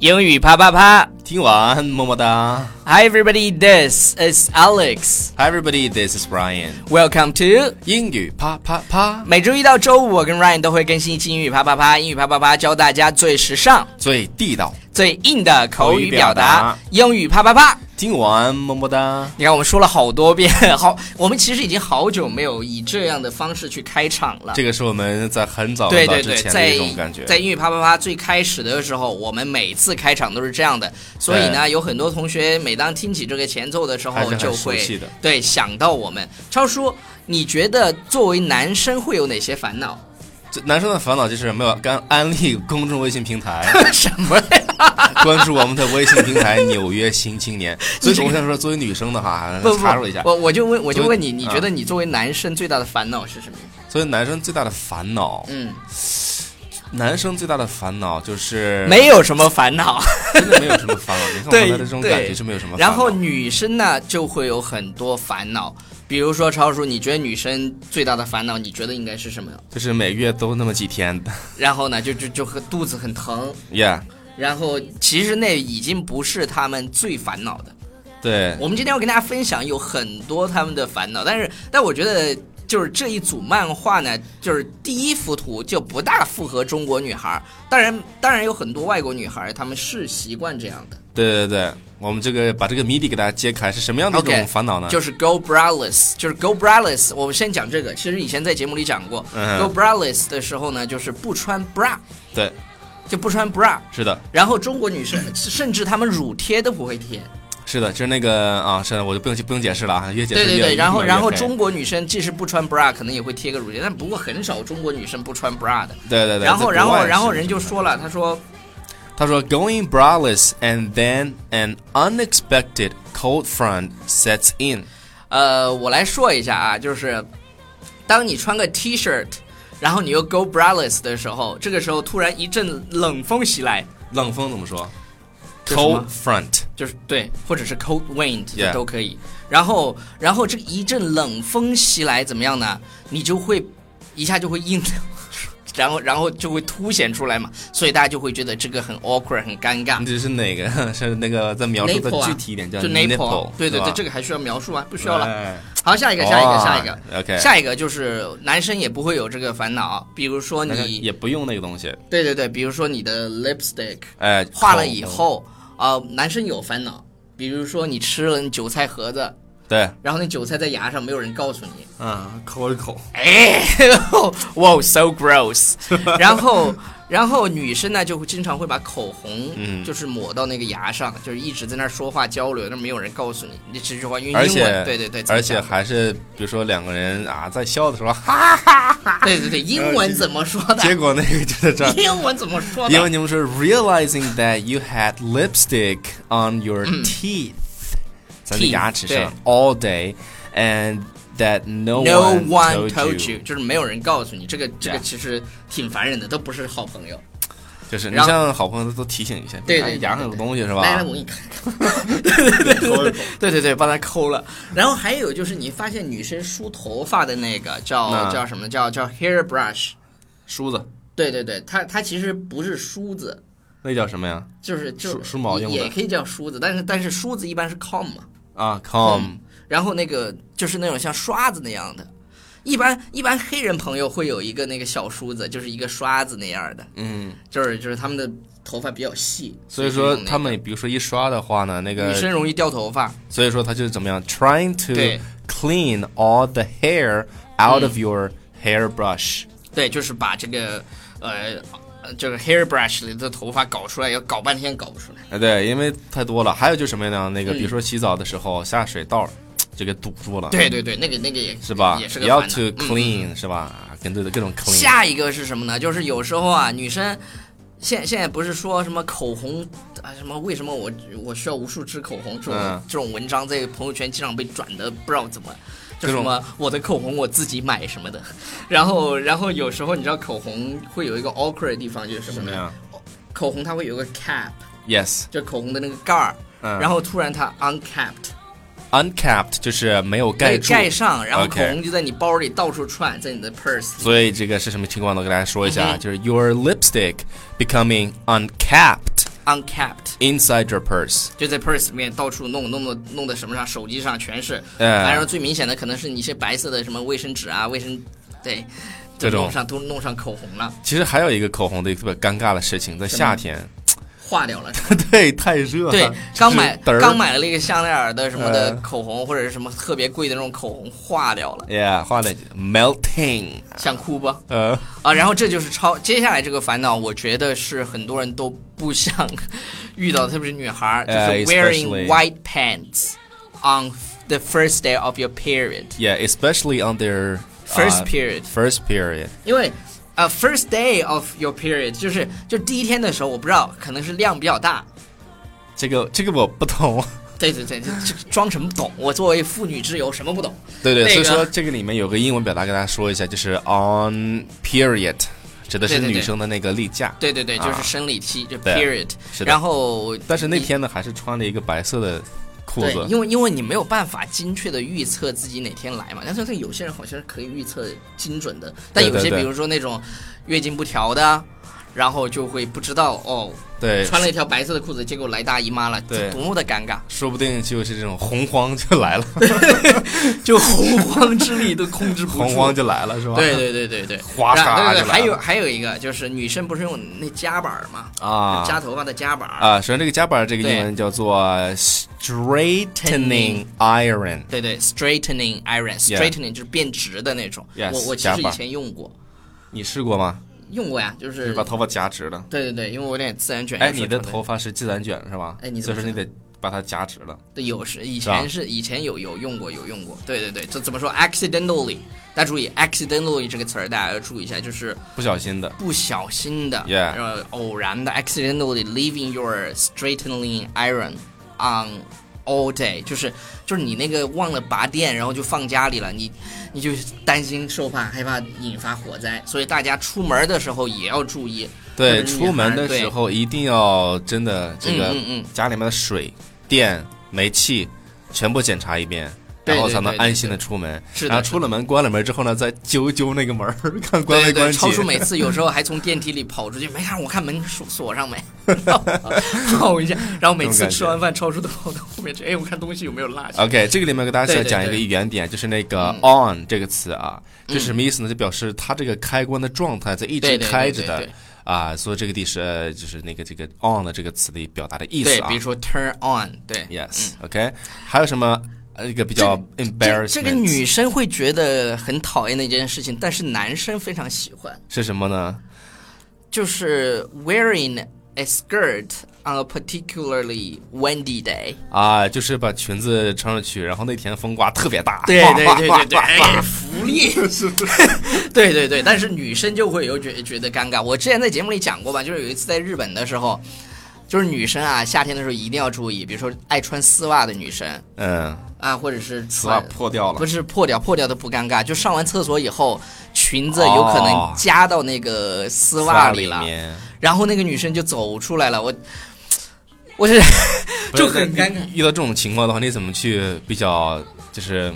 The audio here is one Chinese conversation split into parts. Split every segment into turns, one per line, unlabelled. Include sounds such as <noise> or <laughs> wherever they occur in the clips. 英语啪啪啪
听完么么哒。
！Hi everybody, this is Alex.
Hi everybody, this is Brian。
Welcome to
英语啪啪啪，
每周一到周五，我跟 Ryan 都会更新一期英语啪啪啪。英语啪啪啪教大家最时尚、
最地道。
最硬的口语表达。
口
英语啪啪啪！
听完么么哒。
你看，我们说了好多遍， <laughs> 好，我们其实已经好久没有以这样的方式去开场了。
这个是我们在很早
对
很早
对
之
对，
前的
在
一种感觉。
在英语啪啪啪最开始的时候，我们每次开场都是这样的，所以呢，有很多同学每当听起这个前奏的时
还是
候，
很
就
熟悉
会
的
对想到我们。超叔，你觉得作为男生会有哪些烦恼？ <laughs>
这男生的烦恼就是没有干安利公众微信平台，
什么
<laughs>
呀？
关注我们的微信平台《纽约新青
<laughs>
年》。所以我想说，作为女生的话，
不不
插入一下
不，，我我就问，我就
作为
问你，你
啊
觉得你作为男生最大的烦恼是什么？
作为男生最大的烦恼，
嗯，
男生最大的烦恼就是
没有什么烦恼。
真的没有什么
<laughs>
烦恼。你看我
对
刚才的这种感觉
对
就没有什么烦恼。
然后女生呢，就会有很多烦恼，比如说超叔，你觉得女生最大的烦恼，你觉得应该是什么？
就是每月都那么几天的 <laughs>
然后呢，就就就很肚子很疼，
，Yeah，
然后其实那已经不是他们最烦恼的。
对，
我们今天要跟大家分享有很多他们的烦恼，但是但我觉得就是这一组漫画呢，就是第一幅图就不大符合中国女孩儿，当然当然有很多外国女孩儿她们是习惯这样的，
对对对，我们这个把这个谜底给大家揭开，是什么样的一
OK，
种烦恼呢
就是 go braless，就是 go braless。我们先讲这个，其实以前在节目里讲过、
嗯
g o braless 的时候呢，就是不穿 bra，
对，
就不穿 bra。
是的，
然后中国女生甚至她们乳贴都不会贴，
是的，就是那个啊，是的，我就不用不用解释了啊，越解释
对
越
对对，然后
越
然后
越黑
中国女生即使不穿 bra，可能也会贴个乳贴，但不过很少中国女生不穿 bra 的。
对对对，
然后
在
然
国
后
外
然后
是
人就说了，他说
他说 going braless and then an unexpected cold front sets in，
呃，我来说一下啊，就是当你穿个 T 恤，然后你又 go braless 的时候，这个时候突然一阵冷风袭来，
冷风怎么说
这是什么
？cold front，
就是对，或者是 cold wind
Yeah
都可以。然后然后这一阵冷风袭来，怎么样呢？你就会一下就会硬。 <laughs> 然后，然后就会凸显出来嘛，所以大家就会觉得这个很 awkward，很尴尬
你。这是哪个？是那个再描述的
Nipple 啊
具体一点，叫
就
nipple，
对对对，这
个
个还需要描述啊吗？不需要了。
了。
好，下一个，下一个，下一个，
哎哦，OK，
下一个就是男生也不会有这个烦恼，比如说
但是
你，
也不用那个东西，
对对对，比如说你的 lipstick
哎，
画了
口
以，后，呃，男生有烦恼，比如说你吃了韭菜盒子，
对，
然后那韭菜在牙上，没有人告诉你，
嗯，抠了口， <laughs>
哎，哇，so gross。然 <laughs> 后，然后女生呢就会经常会把口红，
嗯
就是抹到那个牙上，就是一直在那儿说话交流，但没有人告诉你，你这句话用英
而
文，
且
对对对，怎么
而且
讲
还是比如说两个人啊在笑的时候，哈，
<laughs> 对
<laughs>
对对，英文怎么说的？。
结果那个就在这儿
<laughs> 英文怎么说
因为
的？
你们是 realizing that you had lipstick on your teeth，在你
嗯 Teeth，
牙齿上
对
all day and that no
<laughs> No
one
one told you，
you，
就是没有人告诉你，这个这个
Yeah
其实挺烦人的，都不是好朋友。
就是你
然后
向好朋友都提醒一下，
对对
哎
对
牙上有东西是
来来，
吧？
我给你看看。对对对对
<laughs>
对对对对，帮他抠了。然后还有就是，你发现女生梳头发的那个叫
嗯
叫什么叫叫 hair brush？
梳子，
对对对，它它其实不是梳子，
那叫什么呀？
就是就
梳梳毛用的
也可以叫梳子，但是但是梳子一般是 comb 嘛。
啊，comb，
然后那个就是那种像刷子那样的。一般一般黑人朋友会有一个那个小梳子，就是一个刷子那样的，
嗯，
就是就是他们的头发比较细，
所以说
就用那个嗯
他们呃比如说一刷的话呢，那个
女生容易掉头发。
所以说他就是怎么样，trying
对
to clean all the hair out of your hairbrush。
对，就是把这个呃呃这个 hairbrush 里的头发搞出来，要搞半天搞不出来。
哎，对，因为太多了。还有就是什么呢？那个比如说洗澡的时候下水道儿这个堵住了，
对对对，那个那个也
是吧？
也是
也
个
要
烦恼
to
嗯
clean 是吧？跟对的各种 clean。
下一个是什么呢？就是有时候啊，女生现现在不是说什么口红啊，什么为什么我我需要无数支口红这种、
嗯
这种文章在朋友圈经常被转的，不知道怎么。就
各
什
种
么我的口红我自己买什么的，然后然后有时候你知道口红会有一个 awkward 的地方就是什
什
么
么
呢
呀？
口红它会有个 cap，
Yes，
就口红的那个盖儿，
嗯，
然
后
后突然它 uncapped，
uncapped 就是没有盖
被
住，
盖上，然后口
OK
红就在你包里到处窜，在你的 purse 里。
所以这个是什么情况呢？我给大家说一下，
嗯哼
就是 your lipstick becoming uncapped
uncapped，
inside your purse.
就在 purse 里面到处弄，弄的弄的什么上，手机上全是。
哎
当然最明显的可能是你是白色的什么卫生纸啊，卫生对，
这
就
种
弄上都弄上口红了，
其实还有一个口红的一个特别尴尬的事情，在夏天，
化掉
<laughs>
了。
对，太热了，
对
就是，
刚买
嘚儿
刚买了那个香奈儿的什么的
哎
口红，或者是什么特别贵的那种口红，化掉了，
，yeah，画的 melting，
想哭不？
呃，
啊，然后这就是超接下来这个烦恼，我觉得是很多人都不想遇到的，特别是女孩儿，就
哎
是
especially
wearing white pants on the first day of your period。
Yeah, especially on their
First
uh,
period.
First period.
因为呃、f i r s t day of your period 就是就第一天的时候，我不知道可能是量比较大，
这个这个我不
<laughs>
懂。
对
<laughs>
对对，这这装什么懂？我作为妇女之友什么不懂？
对对，
那个
所以说这个里面有个英文表达跟大家说一下，就是 on period，指的是
对对对
女生的那个例假。
对对对，
啊
就是生理期，就
对
period。
是的
然后，
但是那天呢，还是穿了一个白色的裤
对，
子。
因为因为你没有办法精确的预测自己哪天来嘛，但是有些人好像是可以预测精准的，但有
对
些
对
比如说那种月经不调的，然后就会不知道哦，
对，
穿了一条白色的裤子，结果来大姨妈了，
对
这多么的尴尬，
说不定就是这种洪荒就
<laughs>
来了，
就洪荒之力都控制不住。
洪荒就来了，是吧？
对对对对对，
啊哗
然
嚓
对对
就来
对
了
还有还有一个就是女生不是用那夹板儿吗？
啊
夹头发的夹板儿。
啊，首先这个夹板儿这个
对
英文叫做 straightening iron。
对对，straightening iron，straightening 就是变直的那种。
Yes，
我我其
夹
实
板
以
儿
前用过，
你试过吗？
用过呀，就
就是是把头发夹直了。
对对对，因为我有点自然卷。啊
哎，
有时
你
候
的
可能
头发是自然卷是吧？
哎你
所
怎
以
么
说你得把它夹直了。
对有时以
吧
前是以前有有用过有用过，对对对，这怎么说？accidentally，大家注意 accidentally 这个词儿，大家要注意一下，就是
不小心的。
不小心的
Yeah
呃，偶然的 accidentally leaving your straightening iron on all day，就是就是你那个忘了拔电，然后就放家里了，你你就担心受怕害怕引发火灾，所以大家出门的时候也要注意。
对，
特别是女
出门
孩
的
对
时候一定要真的这个
嗯嗯嗯
家里面的水、电、煤气全部检查一遍。
对
然后
对
才能
对对
安心的出门，
是的
然后
是
出了门，关了门之后呢，再揪揪那个门儿， <laughs> 看关没
对
关
对，
紧。
超叔每次有时候还从电梯里跑出去，没看我看门锁锁
<laughs>
上没，跑一下，然后每
这种感
次
觉呃
吃完饭，超叔都跑到后面去，哎，我看东西有没有落下。
OK，这个里面给大家
对对嗯
讲一个
对
原点，就是那个 on 这个词啊，这是什么意思呢？就表示它这个开关的状态在一直
嗯对对对
开着
对
的
对
啊，所以这个地是呃就是那个这个 on 的这个词的表达的意
对
思，啊
比。如说 turn on，对
Yes，OK，还有什么呃一个比较
这
embarrassment
这个女生会觉得很讨厌的一件事情，但是男生非常喜欢，
是什么呢？
就是 wearing a skirt on a particularly windy day。
啊，就是把裙子穿上去，然后那天风刮特别大。
对对
<laughs>
对对对， <laughs> 哎福利对对对，但是女生就会有觉觉得尴尬。我之前在节目里讲过吧，就是有一次在日本的时候，就是女生啊，夏天的时候一定要注意，比如说爱穿丝袜的女生
嗯，
啊，或者是
丝袜
穿
破掉了
不。是破掉，破掉都不尴尬，就上完厕所以后，裙子有可能夹到那个丝袜里
里
了，
面
然后那个女生就走出来了，我，我是就很尴尬。
遇到这种情况的话，你怎么去比较就是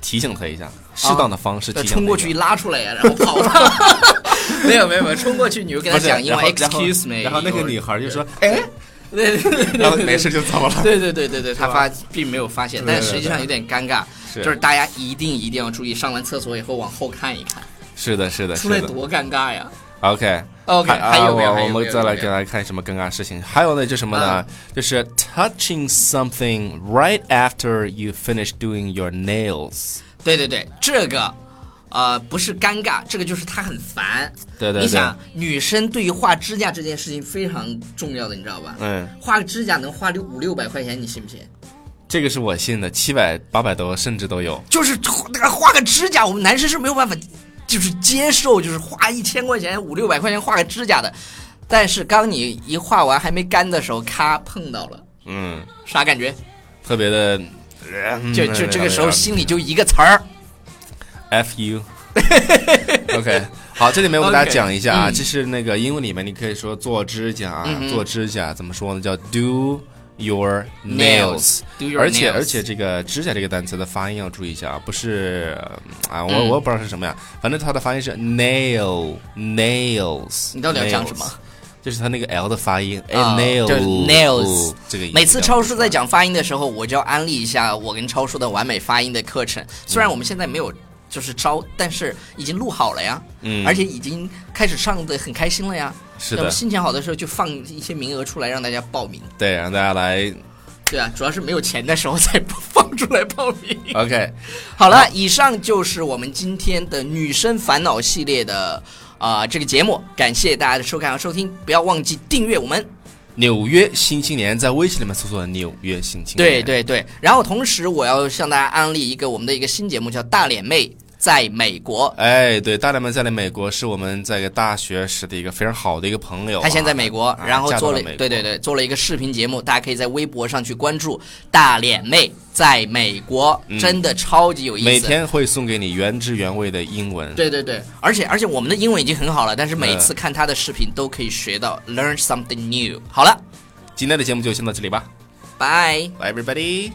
提醒他一下，适当的方式提
对
醒他一下
哦冲过去一拉出来呀，然后跑了。没有没有没有，冲过去你就跟
不
他
是
讲英
然
文
后
，excuse me。
然后那个女孩就说，
哎，对对对对
然后没事就走
<laughs>
了。
对对对对对，他发并没有发现，
对对
但
对
实际上有点尴尬，
是
就是大家一定一定要注意，上完厕所以后往后看一看，
是的，是的，
出
是
来
的。
多尴尬呀。
OK。
OK，
啊
还有没有？还
我我
有没
们
有
再来
还有没有啊
给大家看什么尴尬的事情？还有呢，就是什么呢？就是 touching something right after you finish doing your nails。
对对对，这个，呃，不是尴尬，这个就是他很烦。
对对对
你想，女生对于画指甲这件事情非常重要的，你知道吧？
嗯，
画指甲能花六五六百块钱，你信不信？
这个是我信的，七百、八百多甚至都有。
就是那个画个指甲，我们男生是没有办法，就是接受，就是花一千块钱、五六百块钱画个指甲的。但是刚你一画完还没干的时候，咔碰到了，
嗯，
啥感觉？
特别的，呃嗯
就就这个时候心里就一个词儿，
f u。OK，好，这里面我给大家
OK，
讲一下啊，
嗯
这是那个英文里面你可以说做指甲啊，做指甲怎么说呢？叫 do your nails
Nails。do your
而且
nails
而且这个指甲这个单词的发音要注意一下啊，不是呃啊，我
嗯
我也不知道是什么呀，反正它的发音是 nail nails。
你到底要讲什么？
nails？就是它那个 L 的发音
啊
，nail
就是 nails
这个意思
每次超叔在讲发音的时候，我就要安利一下我跟超叔的完美发音的课程。虽然我们现在没有就是招，但是已经录好了呀，
嗯
而且已经开始上的很开心了呀。
是
那
的
我们，心情好的时候就放一些名额出来让大家报名。
对，让大家来
对啊，主要是没有钱的时候才不放出来报
<laughs>
名。
OK
好了，以上就是我们今天的女生烦恼系列的啊、这个节目，感谢大家的收看和收听，不要忘记订阅我们。
纽约新青年，在微信里面搜索纽约新青
对
年，
对对，然后同时我要向大家安利一个我们的一个新节目，叫《大脸妹在美国
哎，对，大大们在来美国是我们在一个大学时的一个非常好的一个朋友、》，啊。
她现在美国，
啊
然后做
嫁到
了
了美国
对对对，做了一个视频节目，大家可以在微博上去关注《大脸妹在美国》，真的超级有意
嗯
思。
每天会送给你原汁原味的英文。
对对对，而且而且我们的英文已经很好了，但是每
嗯
次看她的视频都可以学到 learn something new。好了，
今天的节目就先到这里吧
拜。
，Bye everybody。